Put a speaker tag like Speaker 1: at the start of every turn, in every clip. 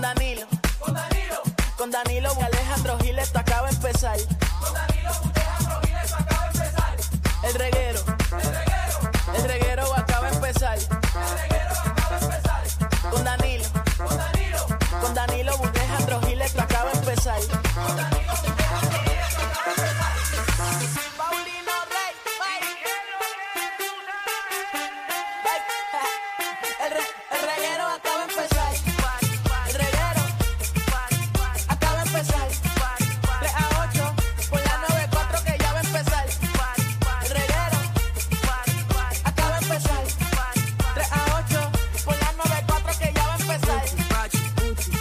Speaker 1: Danilo. Con Danilo. Con Danilo Alejandro Gil, esto acaba de empezar.
Speaker 2: Con Danilo Alejandro Gil, esto acaba de empezar.
Speaker 1: El reguero.
Speaker 2: El reguero.
Speaker 1: El reguero acaba de empezar.
Speaker 2: El reguero acaba de empezar.
Speaker 1: Con Danilo.
Speaker 2: Con Danilo.
Speaker 1: Con Danilo Alejandro Gil, esto acaba de empezar.
Speaker 2: Con Danilo Alejandro Gil, esto acaba de empezar. Paulino Rey.
Speaker 1: El re- el reguero acaba de empezar. El reguero acaba de empezar. 3 a 8 por la 94 que ya va a empezar. El reguero acaba de empezar. 3 a 8 por la 94 que ya va a empezar.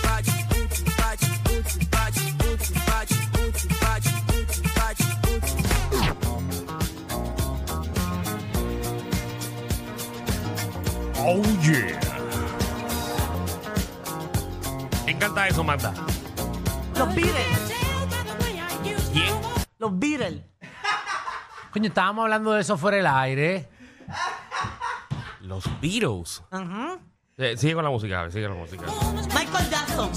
Speaker 3: Oh yeah. Me encanta eso, Magda.
Speaker 4: Los Beatles. Los Beatles.
Speaker 5: Coño, estábamos hablando de eso fuera del aire.
Speaker 3: Los Beatles. Eh, sigue con la música, a ver, sigue con la música.
Speaker 4: Michael Jackson.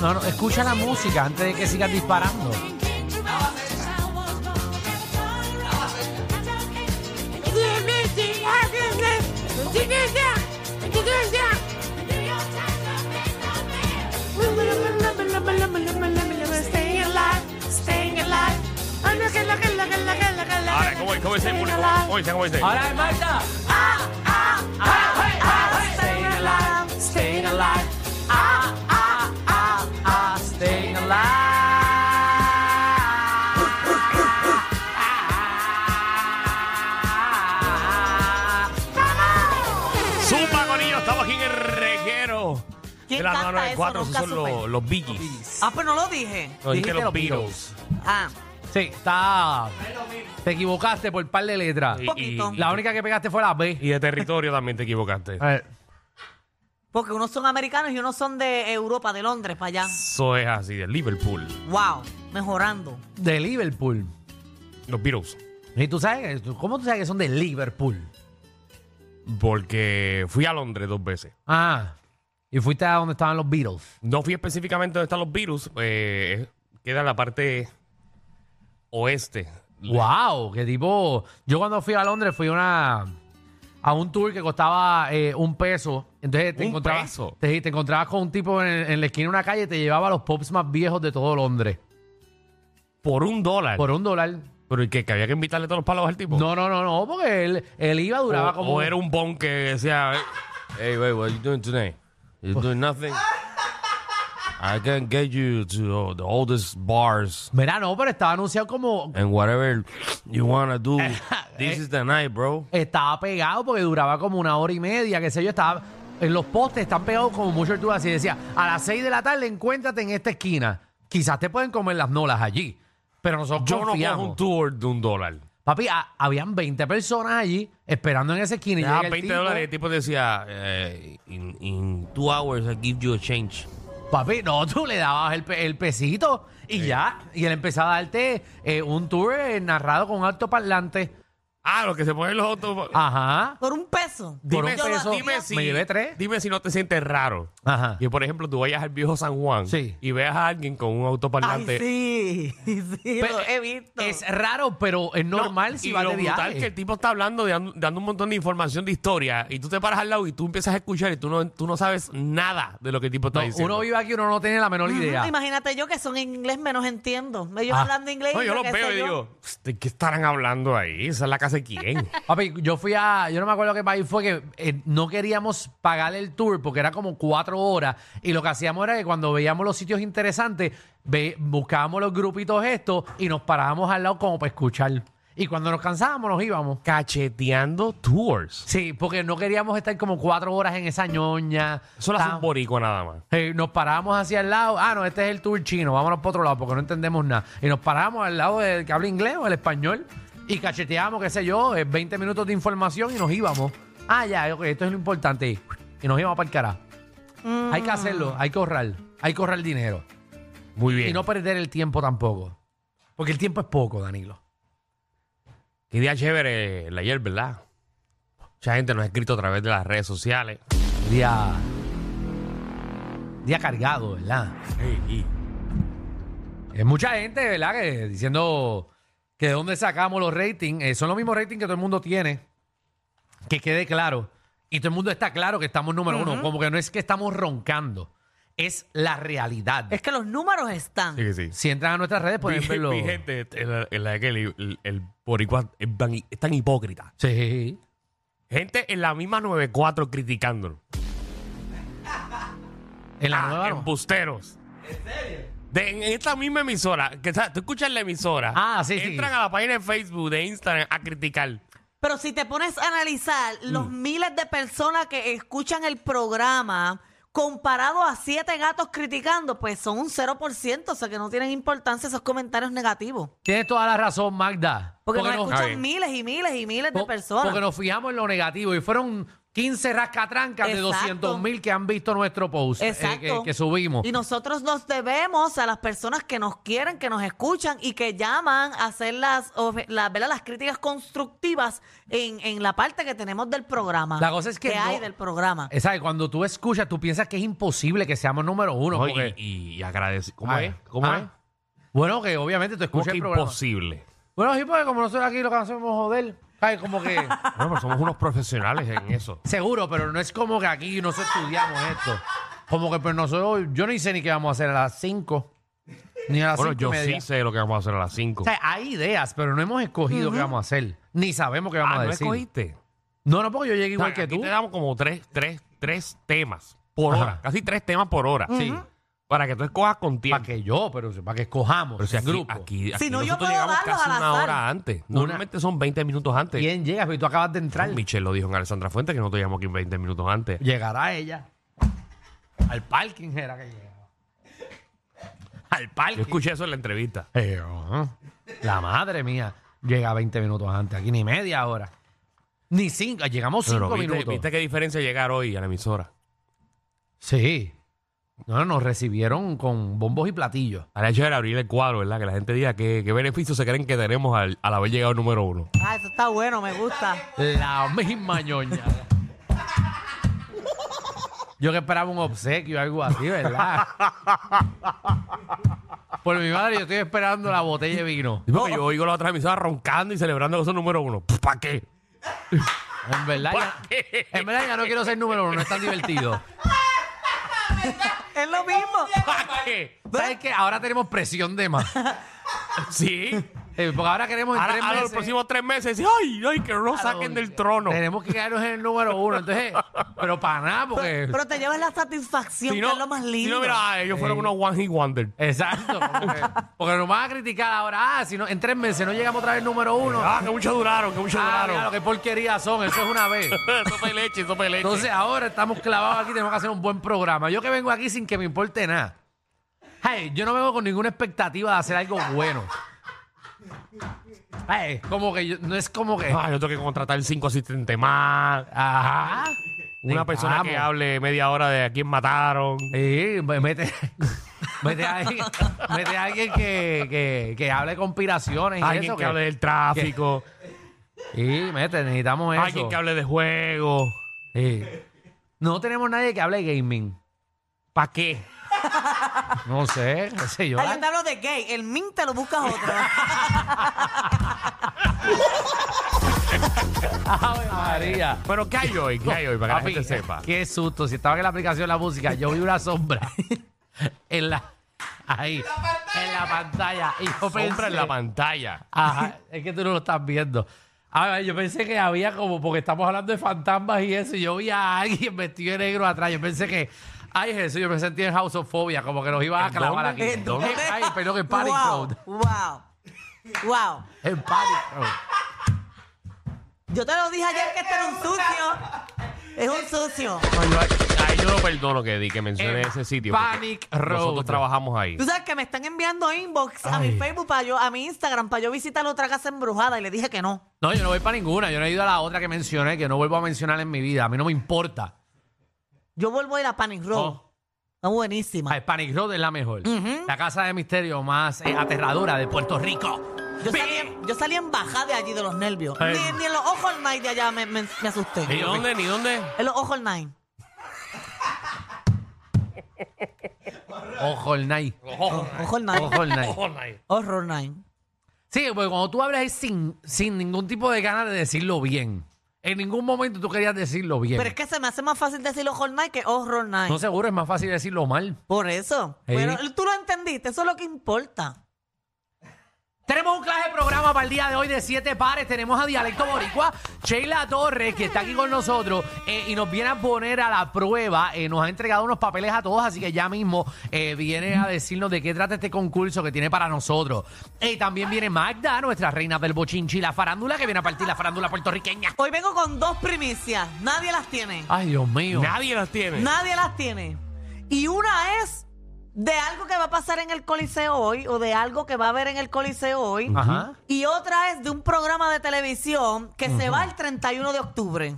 Speaker 5: No, no, escucha la música antes de que sigas disparando.
Speaker 3: Ahora, ¿cómo es? ¿Cómo es el público? ¿Cómo dice? ¿Cómo dice?
Speaker 5: Ahora es Marta. Staying alive, staying alive. Ah, ah, ah, ah, staying alive.
Speaker 3: Zumba, Corillo, estamos aquí en el reguero.
Speaker 4: ¿Quién
Speaker 3: de la
Speaker 4: canta
Speaker 3: 994,
Speaker 4: eso?
Speaker 3: esos son
Speaker 4: Nunca
Speaker 3: los,
Speaker 4: supe.
Speaker 3: los Bee Gees.
Speaker 4: Ah, pero no lo dije.
Speaker 3: No, dije
Speaker 5: Dijiste
Speaker 3: los
Speaker 5: los
Speaker 3: Beatles.
Speaker 4: Ah,
Speaker 5: Sí, está. Te equivocaste por un par de letras.
Speaker 3: Y-
Speaker 4: poquito.
Speaker 3: Y,
Speaker 5: La única que pegaste fue la B.
Speaker 3: y de territorio también te equivocaste.
Speaker 5: A ver,
Speaker 4: porque unos son americanos y unos son de Europa, de Londres, para allá.
Speaker 3: Eso es así, de Liverpool.
Speaker 4: Wow, mejorando.
Speaker 5: De Liverpool.
Speaker 3: Los Beatles.
Speaker 5: ¿Y tú sabes? tú- ¿Cómo tú sabes que son de Liverpool?
Speaker 3: Porque fui a Londres dos veces.
Speaker 5: Ah, y fuiste a donde estaban los Beatles.
Speaker 3: No fui específicamente donde están los Beatles. eh, queda en la parte oeste.
Speaker 5: ¡Wow! ¡Qué tipo! Yo cuando fui a Londres fui a una, a un tour que costaba eh, un peso. Entonces te,
Speaker 3: ¿Un
Speaker 5: encontrabas,
Speaker 3: peso?
Speaker 5: Te, te encontrabas con un tipo en, en la esquina de una calle y te llevaba los pops más viejos de todo Londres.
Speaker 3: Por un dólar.
Speaker 5: Por un dólar.
Speaker 3: ¿Pero y qué? ¿Que había que invitarle todos los palos al tipo?
Speaker 5: No, no, no, no, porque él, él iba, duraba
Speaker 3: Oh. o,
Speaker 5: como...
Speaker 3: o era un bon que decía, hey, wait, what are you doing today? You doing nothing? I can get you to the oldest bars
Speaker 5: Mira, no, pero estaba anunciado como...
Speaker 3: and whatever you wanna do.
Speaker 5: Eh,
Speaker 3: This is the night, bro.
Speaker 5: Estaba pegado porque duraba como una hora y media, qué sé yo, estaba... En los postes están pegados como mucho tú así decía, a las 6 de la tarde encuéntrate en esta esquina. Quizás te pueden comer las nolas allí, pero nosotros
Speaker 3: Yo no
Speaker 5: confiamos.
Speaker 3: cojo un tour de un dólar.
Speaker 5: Papi, a- habían 20 personas allí esperando en esa esquina. y
Speaker 3: Ah,
Speaker 5: llega el
Speaker 3: 20
Speaker 5: tipo.
Speaker 3: dólares. El tipo decía, eh, in, in two hours I give you a change.
Speaker 5: Papi, no, tú le dabas el, pe- el pesito y ya. Y él empezaba a darte eh, un tour eh, narrado con alto parlante.
Speaker 3: Ah, lo que se ponen los autos.
Speaker 5: Ajá.
Speaker 4: Por un peso.
Speaker 5: Ah, Por
Speaker 3: Dime,
Speaker 5: un peso,
Speaker 3: dime si,
Speaker 5: me llevé tres.
Speaker 3: Dime si no te sientes raro.
Speaker 5: Ajá.
Speaker 3: Que, por ejemplo, tú vayas al viejo San Juan
Speaker 5: Sí.
Speaker 3: y veas a alguien con un
Speaker 4: Ay,
Speaker 3: autoparlante.
Speaker 4: sí. Sí,
Speaker 5: Pero
Speaker 4: lo he visto.
Speaker 5: Es raro, pero es
Speaker 3: No,
Speaker 5: normal si
Speaker 3: y
Speaker 5: vas
Speaker 3: lo
Speaker 5: de
Speaker 3: brutal
Speaker 5: viaje.
Speaker 3: que el tipo está hablando, de- dando, un montón de información de historia, y tú te paras al lado y tú empiezas a escuchar y tú no, tú no sabes nada de lo que el tipo está
Speaker 5: No,
Speaker 3: diciendo.
Speaker 5: uno vive aquí, uno no tiene la menor
Speaker 4: Ujú,
Speaker 5: idea.
Speaker 4: Imagínate yo que son en inglés menos entiendo. Ellos
Speaker 5: Ah.
Speaker 4: hablando inglés.
Speaker 3: No, yo los
Speaker 4: qué
Speaker 3: veo
Speaker 4: sé
Speaker 3: y
Speaker 4: yo.
Speaker 3: digo, ¿de qué estarán hablando ahí? ¿Esa es la casa de quién?
Speaker 5: Papi, yo fui a. Yo no me acuerdo qué país fue que eh, no queríamos pagar el tour porque era como cuatro horas. Y lo que hacíamos era que cuando veíamos los sitios interesantes, ve- buscábamos los grupitos estos y nos parábamos al lado como para escuchar. Y cuando nos cansábamos, nos íbamos.
Speaker 3: Cacheteando tours.
Speaker 5: Sí, porque no queríamos estar como cuatro horas en esa ñoña.
Speaker 3: Eso lo hace un
Speaker 5: Tan-
Speaker 3: boricua nada más.
Speaker 5: Eh, nos parábamos hacia el lado. Ah, no, este es el tour chino. Vámonos para otro lado porque no entendemos nada. Y nos parábamos al lado del que habla inglés o el español y cacheteábamos, qué sé yo, eh, 20 minutos de información y nos íbamos. Ah, ya, ok, esto es lo importante. Y, y nos íbamos para el carajo. Hay que hacerlo, hay que ahorrar. Hay que ahorrar dinero.
Speaker 3: Muy bien.
Speaker 5: Y no perder el tiempo tampoco. Porque el tiempo es poco, Danilo.
Speaker 3: Qué día chévere el ayer, ¿verdad? Mucha gente nos ha escrito a través de las redes sociales.
Speaker 5: Ya. Día cargado, ¿verdad?
Speaker 3: Hey, y-
Speaker 5: Es mucha gente, ¿verdad? Que diciendo que de dónde sacamos los ratings. Eh, son los mismos ratings que todo el mundo tiene. Que quede claro. Y todo el mundo está claro que estamos número uno. Como que no es que estamos roncando. Es la realidad.
Speaker 4: Es que los números están.
Speaker 3: Sí que sí.
Speaker 5: Si entran a nuestras redes, pueden
Speaker 3: Vi-
Speaker 5: verlo.
Speaker 3: vi gente en la, en la que el, el, el boricua es tan, es tan hipócrita.
Speaker 5: Sí.
Speaker 3: Gente en la misma 94 criticándolo.
Speaker 5: En la
Speaker 3: Ah,
Speaker 5: nueva. no.
Speaker 3: Embusteros. De- en esta misma emisora, que o sea, tú escuchas la emisora,
Speaker 5: Ah, sí, sí.
Speaker 3: entran a la página de Facebook, de Instagram, a criticar.
Speaker 4: Pero si te pones a analizar los
Speaker 3: Mm.
Speaker 4: miles de personas que escuchan el programa comparado a siete gatos criticando, pues son un 0%, o sea que no tienen importancia esos comentarios negativos.
Speaker 5: Tienes toda la razón, Magda.
Speaker 4: Porque, nos
Speaker 5: nos-
Speaker 3: Ah,
Speaker 4: escuchan
Speaker 3: bien.
Speaker 4: miles y miles y miles de
Speaker 5: po-
Speaker 4: personas.
Speaker 5: porque nos fijamos en lo negativo. Y fueron 15 rascatrancas de
Speaker 4: Exacto.
Speaker 5: 200 mil que han visto nuestro post eh,
Speaker 4: Exacto.
Speaker 5: que, que subimos.
Speaker 4: Y nosotros nos debemos a las personas que nos quieren, que nos escuchan y que llaman a hacer las, ofe- las, ¿verdad? las críticas constructivas en, en la parte que tenemos del programa.
Speaker 5: La cosa es que
Speaker 4: ¿Qué
Speaker 5: no-
Speaker 4: hay del programa?
Speaker 5: Eh, ¿sabes? Cuando tú escuchas, tú piensas que es imposible que seamos número uno.
Speaker 3: No,
Speaker 5: porque-
Speaker 3: y, y, y agradece. ¿Cómo
Speaker 5: Ah,
Speaker 3: es? ¿Cómo
Speaker 5: ah.
Speaker 3: es?
Speaker 5: Bueno, que obviamente tú
Speaker 3: ¿Cómo
Speaker 5: escuchas
Speaker 3: que
Speaker 5: el programa.
Speaker 3: imposible?
Speaker 5: Bueno, sí, porque como nosotros aquí lo que hacemos es joder. ¿sabes? Como que...
Speaker 3: Bueno, pero somos unos profesionales en eso.
Speaker 5: Seguro, pero no es como que aquí nosotros estudiamos esto. Como que pues nosotros... Yo no hice ni qué vamos a hacer a las 5. Ni a las
Speaker 3: Bueno,
Speaker 5: cinco y
Speaker 3: yo
Speaker 5: media.
Speaker 3: sí sé lo que vamos a hacer a las 5.
Speaker 5: O sea, hay ideas, pero no hemos escogido qué vamos a hacer. Ni sabemos qué vamos
Speaker 3: ah,
Speaker 5: a
Speaker 3: ¿no
Speaker 5: decir.
Speaker 3: escogiste?
Speaker 5: No, no, porque yo llegué igual
Speaker 3: O sea,
Speaker 5: que
Speaker 3: aquí
Speaker 5: tú.
Speaker 3: te damos como tres, tres, tres temas por
Speaker 5: Ajá.
Speaker 3: hora. Casi tres temas por hora.
Speaker 5: Sí.
Speaker 3: Para que tú escojas con
Speaker 5: Para
Speaker 3: tiempo.
Speaker 5: que yo, pero para que escojamos.
Speaker 3: Pero si
Speaker 5: el
Speaker 3: aquí,
Speaker 5: grupo.
Speaker 3: aquí,
Speaker 4: Si
Speaker 3: aquí
Speaker 4: no, yo
Speaker 3: nosotros
Speaker 4: puedo
Speaker 3: llegamos
Speaker 4: darlos
Speaker 3: casi
Speaker 4: al
Speaker 3: una
Speaker 4: azar.
Speaker 3: hora antes. Normalmente son 20 minutos antes.
Speaker 5: ¿Quién llega? Pero tú acabas de
Speaker 3: Oh,
Speaker 5: entrar.
Speaker 3: Michelle lo dijo en Alessandra Fuente que no te llamó aquí 20 minutos antes.
Speaker 5: Llegará ella. Al parking era que llegaba. Al
Speaker 3: Yo
Speaker 5: parking.
Speaker 3: escuché eso en la entrevista.
Speaker 5: Eh, ajá. la madre mía. Llega 20 minutos antes, aquí ni media hora. Ni cinco, llegamos cinco
Speaker 3: Pero viste,
Speaker 5: minutos.
Speaker 3: viste qué diferencia llegar hoy a la emisora.
Speaker 5: Sí. No, nos recibieron con bombos y platillos.
Speaker 3: Al hecho de abrir el cuadro, ¿verdad? Que la gente diga qué, qué beneficios se creen que tenemos al, al haber llegado número uno.
Speaker 4: Ah, eso está bueno, me gusta.
Speaker 5: La misma ñoña. Yo que esperaba un obsequio o algo así, ¿verdad? Por mi madre, yo estoy esperando la botella de vino.
Speaker 3: Y porque Yo oigo la otra emisora roncando y celebrando que son número uno. Pff, ¿Para qué?
Speaker 5: En verdad, ya, en verdad ya no quiero ser número uno, no es tan divertido.
Speaker 4: Es lo mismo.
Speaker 3: ¿Para qué?
Speaker 5: ¿Sabes qué? Ahora tenemos presión de más.
Speaker 3: Sí.
Speaker 5: Eh, porque ahora queremos en
Speaker 3: Ahora,
Speaker 5: tres
Speaker 3: ahora los
Speaker 5: meses-
Speaker 3: próximos tres meses, sí, ay, ay, que no nos
Speaker 5: Claro,
Speaker 3: saquen del trono.
Speaker 5: Tenemos que quedarnos en el número uno. Entonces, pero para nada, porque.
Speaker 4: Pero te llevas la satisfacción, que es lo más lindo.
Speaker 3: si no, mira, ah, ellos fueron
Speaker 5: Sí.
Speaker 3: unos One Hit Wonder.
Speaker 5: Exacto. como que- porque nos van a criticar ahora. Ah, si no, en tres meses no llegamos otra vez al número uno.
Speaker 3: Ah, que mucho duraron, que mucho
Speaker 5: Ah,
Speaker 3: duraron.
Speaker 5: claro, qué porquería son. Eso es una vez.
Speaker 3: sopa de leche, sopa de leche.
Speaker 5: Entonces, ahora estamos clavados aquí. Tenemos que hacer un buen programa. Yo que vengo aquí sin que me importe nada. Hey, yo no vengo con ninguna expectativa de hacer algo bueno. Hey, como que yo- no es como que.
Speaker 3: Ah, yo tengo que contratar cinco asistentes más.
Speaker 5: Ah, Ajá.
Speaker 3: Una persona que
Speaker 5: Vamos.
Speaker 3: hable media hora de a quién mataron.
Speaker 5: Sí, me- mete, mete, a, alguien- mete a alguien que, que, que hable conspiraciones y
Speaker 3: Alguien
Speaker 5: eso.
Speaker 3: que, hable del tráfico.
Speaker 5: Sí, mete, necesitamos eso.
Speaker 3: Alguien que hable de juego.
Speaker 5: Sí. No tenemos nadie que hable de gaming.
Speaker 3: ¿Para qué?
Speaker 5: No sé, qué sé yo.
Speaker 4: Ah, yo te hablo de gay. El min te lo buscas otro.
Speaker 5: Ave María.
Speaker 3: ¿Pero qué hay hoy? ¿Qué hay hoy? Para que
Speaker 5: Papi,
Speaker 3: la gente sepa.
Speaker 5: Qué susto. Si estaba en la aplicación de la música, yo vi una sombra en la. Ahí. En la pantalla. Y yo pensé-
Speaker 3: Sombra en la pantalla.
Speaker 5: Ajá, es que tú no lo estás viendo. A ver, yo pensé que había como, porque estamos hablando de fantasmas y eso, y yo vi a alguien vestido de negro atrás. Yo pensé que, ay Jesús, yo me sentí en House of Phobia, como que nos iban a
Speaker 3: ¿En
Speaker 5: clavar
Speaker 3: dónde?
Speaker 5: aquí.
Speaker 3: ¿En dónde?
Speaker 5: Eh, Ay, perdón, en Panic
Speaker 4: wow,
Speaker 5: Road.
Speaker 4: wow. Wow.
Speaker 5: En Panic Road.
Speaker 4: Yo te lo dije ayer que este era un sucio. Este Es un sucio.
Speaker 3: No, yo, ay, yo no perdono que, di- que mencione
Speaker 5: En
Speaker 3: ese sitio.
Speaker 5: Panic
Speaker 3: porque
Speaker 5: Road.
Speaker 3: Nosotros trabajamos ahí.
Speaker 4: Tú sabes que me están enviando inbox a mi Facebook, para yo, a mi Instagram, para yo visitar otra casa embrujada y le dije que no.
Speaker 5: No, yo no voy para ninguna. Yo no he ido a la otra que mencioné, que no vuelvo a mencionar en mi vida. A mí no me importa.
Speaker 4: Yo vuelvo a ir a Panic Row.
Speaker 5: Oh.
Speaker 3: Ah.
Speaker 4: Está buenísima.
Speaker 5: Ay, Ah, Panic Road es la mejor. La casa de misterio más eh, aterradora de Puerto Rico.
Speaker 4: Yo salí, en- yo salí en bajada de allí de los nervios.
Speaker 5: Ay.
Speaker 4: Ni, ni en los ojos night de allá me, me- me asusté.
Speaker 3: ¿Ni dónde? ¿Ni dónde?
Speaker 4: En los ojos night.
Speaker 5: Ojo el night.
Speaker 4: Horror Night.
Speaker 5: Ojo el night.
Speaker 4: Horror Night.
Speaker 5: Sí, porque cuando tú hablas es sin, sin ningún tipo de ganas de decirlo bien. En ningún momento tú querías decirlo bien.
Speaker 4: Pero es que se me hace más fácil decir Horror Night que Horror Night.
Speaker 5: No seguro, es más fácil decirlo mal.
Speaker 4: Por eso.
Speaker 5: Sí.
Speaker 4: Pero tú lo entendiste, eso es lo que importa.
Speaker 5: Tenemos un clase de programa para el día de hoy de siete pares. Tenemos a Dialecto Boricua, Sheila Torres, que está aquí con nosotros eh, y nos viene a poner a la prueba. Eh, nos ha entregado unos papeles a todos, así que ya mismo eh, viene a decirnos de qué trata este concurso que tiene para nosotros. Eh, Y también viene Magda, nuestra reina del bochinchi, la farándula, que viene a partir la farándula puertorriqueña.
Speaker 4: Hoy vengo con dos primicias. Nadie las tiene.
Speaker 5: Ay, Dios mío.
Speaker 3: Nadie las tiene.
Speaker 4: Nadie las tiene. Y una es de algo que va a pasar en el Coliseo hoy o de algo que va a haber en el Coliseo hoy.
Speaker 5: Ajá.
Speaker 4: Y otra es de un programa de televisión que se va el 31 de octubre.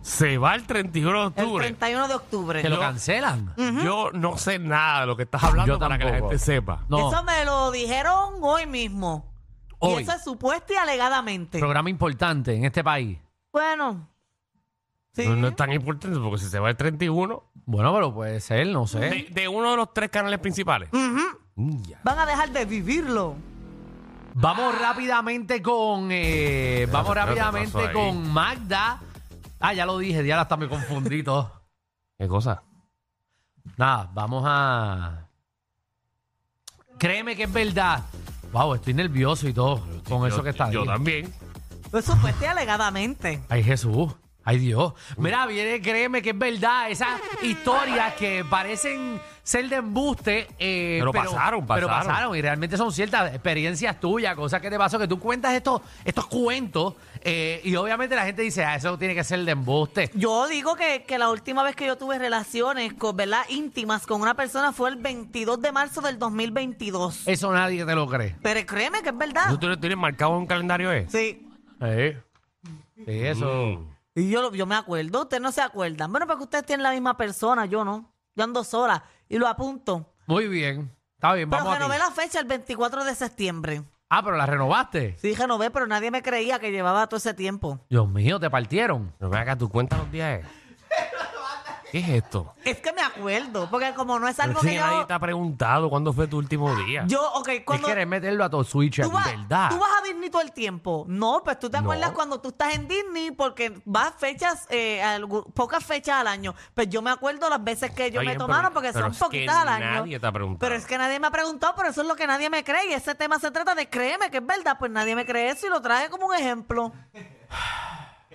Speaker 3: Se va el 31 de
Speaker 4: El
Speaker 3: octubre.
Speaker 4: 31 de octubre.
Speaker 5: Te lo cancelan.
Speaker 3: Yo no sé nada de lo que estás hablando
Speaker 5: Yo
Speaker 3: para que la
Speaker 5: tampoco.
Speaker 3: gente sepa.
Speaker 5: No,
Speaker 4: Eso me lo dijeron hoy mismo.
Speaker 5: Hoy.
Speaker 4: Y eso es supuesto y alegadamente.
Speaker 5: programa importante en este país.
Speaker 4: bueno. Sí.
Speaker 3: No, no es tan importante porque si se va el 31
Speaker 5: Bueno, pero puede ser, no sé.
Speaker 3: de, de uno de los tres canales principales.
Speaker 4: Ujú.
Speaker 3: Mm, ya.
Speaker 4: Van a dejar de vivirlo.
Speaker 5: Vamos rápidamente con. eh,
Speaker 3: espérate,
Speaker 5: vamos
Speaker 3: pasó
Speaker 5: rápidamente
Speaker 3: ahí.
Speaker 5: con Magda. Ah, ya lo dije, ya hasta me confundí todo.
Speaker 3: ¿Qué cosa?
Speaker 5: Nada, vamos a. Créeme que es verdad. Wow, estoy nervioso y todo con eso
Speaker 3: Yo-
Speaker 5: que está
Speaker 3: Yo
Speaker 5: ahí.
Speaker 3: también.
Speaker 4: Pues supuesto y alegadamente.
Speaker 5: Ay, Jesús. Ay, Dios. Mira, viene, créeme que es verdad. Esas historias que parecen ser de embuste. eh,
Speaker 3: Pero pasaron,
Speaker 5: Pero
Speaker 3: pasaron.
Speaker 5: pasaron y realmente son ciertas experiencias tuyas, cosas que te pasó, que tú cuentas estos, estos cuentos eh, y obviamente la gente dice, ah, eso tiene que ser de embuste.
Speaker 4: Yo digo que, que la última vez que yo tuve relaciones con, ¿verdad? íntimas con una persona fue el 22 de marzo del 2022.
Speaker 5: Eso nadie te lo cree.
Speaker 4: Pero créeme que es verdad.
Speaker 3: ¿Tú tienes, tienes marcado en un calendario eh?
Speaker 4: Sí.
Speaker 5: Eh, sí, eso.
Speaker 3: Mm.
Speaker 4: Y yo, lo- yo me acuerdo, ustedes no se acuerdan. Bueno, porque ustedes tienen la misma persona, yo no. Yo ando sola y lo apunto.
Speaker 5: Muy bien. Está bien,
Speaker 4: Pero
Speaker 5: vamos a
Speaker 4: renové
Speaker 5: ti.
Speaker 4: la fecha el 24 de septiembre.
Speaker 5: Ah, pero la renovaste.
Speaker 4: Sí, renové, pero nadie me creía que llevaba todo ese tiempo.
Speaker 5: Dios mío, te partieron.
Speaker 3: Pero ven acá, tú cuentas los días eh. ¿Qué es esto?
Speaker 4: Es que me acuerdo, porque como no es algo
Speaker 3: Pero es
Speaker 4: que
Speaker 3: que nadie
Speaker 4: yo...
Speaker 3: te ha preguntado cuándo fue tu último día.
Speaker 4: Yo, ok, cuando...
Speaker 5: Es querer meterlo a tu switch
Speaker 4: ¿Tú
Speaker 5: aquí.
Speaker 4: vas,
Speaker 3: verdad.
Speaker 4: tú vas a Disney todo el tiempo. No, pues tú te
Speaker 3: No.
Speaker 4: acuerdas cuando tú estás en Disney porque vas fechas, eh, algu- pocas fechas al año. Pues yo me acuerdo las veces que
Speaker 3: Está
Speaker 4: yo me
Speaker 3: bien,
Speaker 4: tomaron
Speaker 3: pero-
Speaker 4: porque
Speaker 3: pero
Speaker 4: son
Speaker 3: es que
Speaker 4: poquitas al año.
Speaker 3: nadie te ha preguntado.
Speaker 4: Pero es que nadie me ha preguntado, pero eso es lo que nadie me cree. Y ese tema se trata de créeme que es verdad. Pues nadie me cree eso y lo trae como un ejemplo.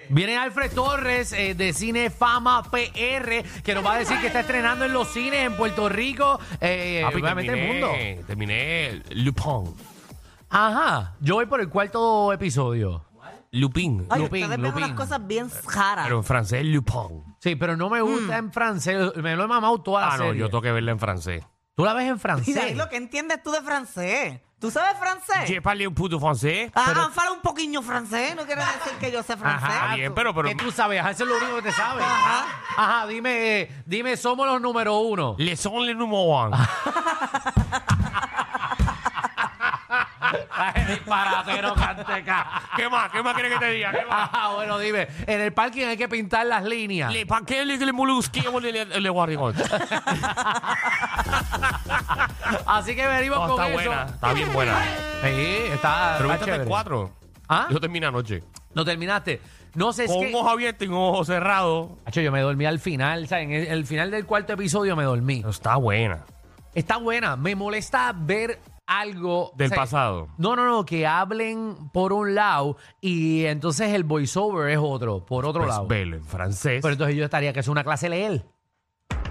Speaker 5: Viene Alfred Torres eh, de Cine Fama PR, que nos va a decir que está estrenando en los cines en Puerto Rico, eh,
Speaker 3: Papi,
Speaker 5: obviamente en el mundo.
Speaker 3: Ah, pues terminé, Terminé Lupin.
Speaker 5: Ajá, yo voy por el cuarto episodio.
Speaker 3: Lupin.
Speaker 4: Ay,
Speaker 5: Lupín,
Speaker 4: ustedes ven
Speaker 5: Lupín.
Speaker 4: unas cosas bien raras.
Speaker 3: Pero en francés, Lupin.
Speaker 5: Sí, pero no me gusta
Speaker 4: Hmm.
Speaker 5: en francés, me lo he mamado toda la
Speaker 3: Ah, no,
Speaker 5: serie.
Speaker 3: yo tengo que verla en francés.
Speaker 5: Tú la ves en
Speaker 4: y
Speaker 5: francés.
Speaker 4: de ahí lo que entiendes tú de francés. ¿Tú sabes francés?
Speaker 3: Je parle un puto francés.
Speaker 4: ah, fala un poquillo francés. No quiere decir que yo sé francés.
Speaker 5: Ajá,
Speaker 3: Está bien,
Speaker 5: tú-
Speaker 3: pero- pero-
Speaker 5: ¿Qué tú sabes? Eso es lo único que te sabes.
Speaker 4: Ajá.
Speaker 5: Ajá, dime, eh, dime, somos los número uno.
Speaker 3: Le son le number one.
Speaker 5: Ah. Disparatero, canteca.
Speaker 3: ¿Qué más? ¿Qué más quieres que te diga? ¿Qué más?
Speaker 5: Ajá, bueno, dime, en el parking hay que pintar las líneas.
Speaker 3: Le paqué le le molusqué o le le le guardigón.
Speaker 5: Así que venimos
Speaker 3: Oh,
Speaker 5: con
Speaker 3: Está
Speaker 5: eso.
Speaker 3: buena, está bien buena.
Speaker 5: Sí, está. está
Speaker 3: Pregúntate
Speaker 5: chévere.
Speaker 3: cuatro.
Speaker 5: ¿Ah?
Speaker 3: Yo terminé anoche.
Speaker 5: Lo terminaste. No sé, es
Speaker 3: Con
Speaker 5: que.
Speaker 3: un ojo abierto y un ojo cerrado.
Speaker 5: Hacho, yo me dormí al final, o sea, en el, el final del cuarto episodio me dormí.
Speaker 3: Pero está buena.
Speaker 5: Está buena, me molesta ver algo
Speaker 3: Del pasado.
Speaker 5: No, no, no, que hablen por un lado y entonces el voiceover es otro, por otro
Speaker 3: Pues
Speaker 5: lado.
Speaker 3: velo en francés.
Speaker 5: Pero entonces yo estaría que es una clase leer.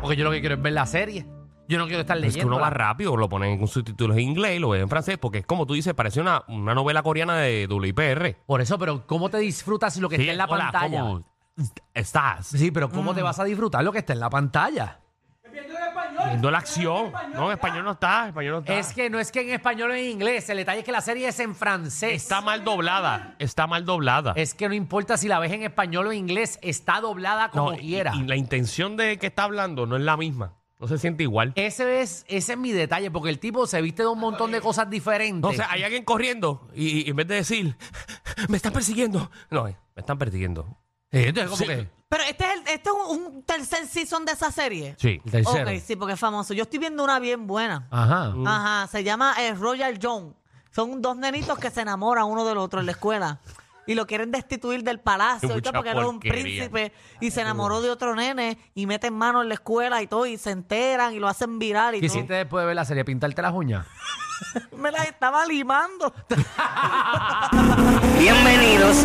Speaker 5: Porque yo lo que quiero es ver la serie. Yo no quiero estar
Speaker 3: es
Speaker 5: leyendo.
Speaker 3: que uno va rápido, lo ponen con subtítulos en inglés y lo ven en francés, porque es como tú dices, parece una, una novela coreana de WIPR.
Speaker 5: Por eso, pero ¿cómo te disfrutas lo que está en la
Speaker 3: hola,
Speaker 5: pantalla?
Speaker 3: ¿cómo Mm. estás?
Speaker 5: Sí, pero ¿cómo te vas a disfrutar lo que está en la pantalla?
Speaker 3: Viendo la acción. No, en español no está, en español no está.
Speaker 5: Es que no es que en español o en inglés, el detalle es que la serie es en francés.
Speaker 3: Está mal doblada, está mal doblada.
Speaker 5: Es que no importa si la ves en español o en inglés, está doblada como
Speaker 3: No, y-
Speaker 5: quiera.
Speaker 3: Y, la intención de que está hablando no es la misma. No se siente igual.
Speaker 5: Ese es, ese es mi detalle, porque el tipo se viste de un montón de cosas diferentes.
Speaker 3: No, o sea, hay alguien corriendo y, y en vez de decir, me están persiguiendo. No, eh, me están persiguiendo.
Speaker 5: Eh, entonces, como
Speaker 3: Sí,
Speaker 5: que,
Speaker 4: Pero este es, el, este es un, un tercer season de esa serie.
Speaker 3: Sí.
Speaker 5: El tercero.
Speaker 4: Ok, sí, porque es famoso. Yo estoy viendo una bien buena.
Speaker 5: Ajá.
Speaker 4: Ajá, se llama eh, Royal John. Son dos nenitos que se enamoran uno del otro en la escuela. Y lo quieren destituir del palacio
Speaker 3: Mucha
Speaker 4: y todo, porque era un
Speaker 3: porquería.
Speaker 4: príncipe y se enamoró de otro nene y meten mano en la escuela y todo y se enteran y lo hacen viral y todo.
Speaker 5: Quisiste después de ver la serie pintarte las uñas.
Speaker 4: Me las estaba limando.
Speaker 1: Bienvenidos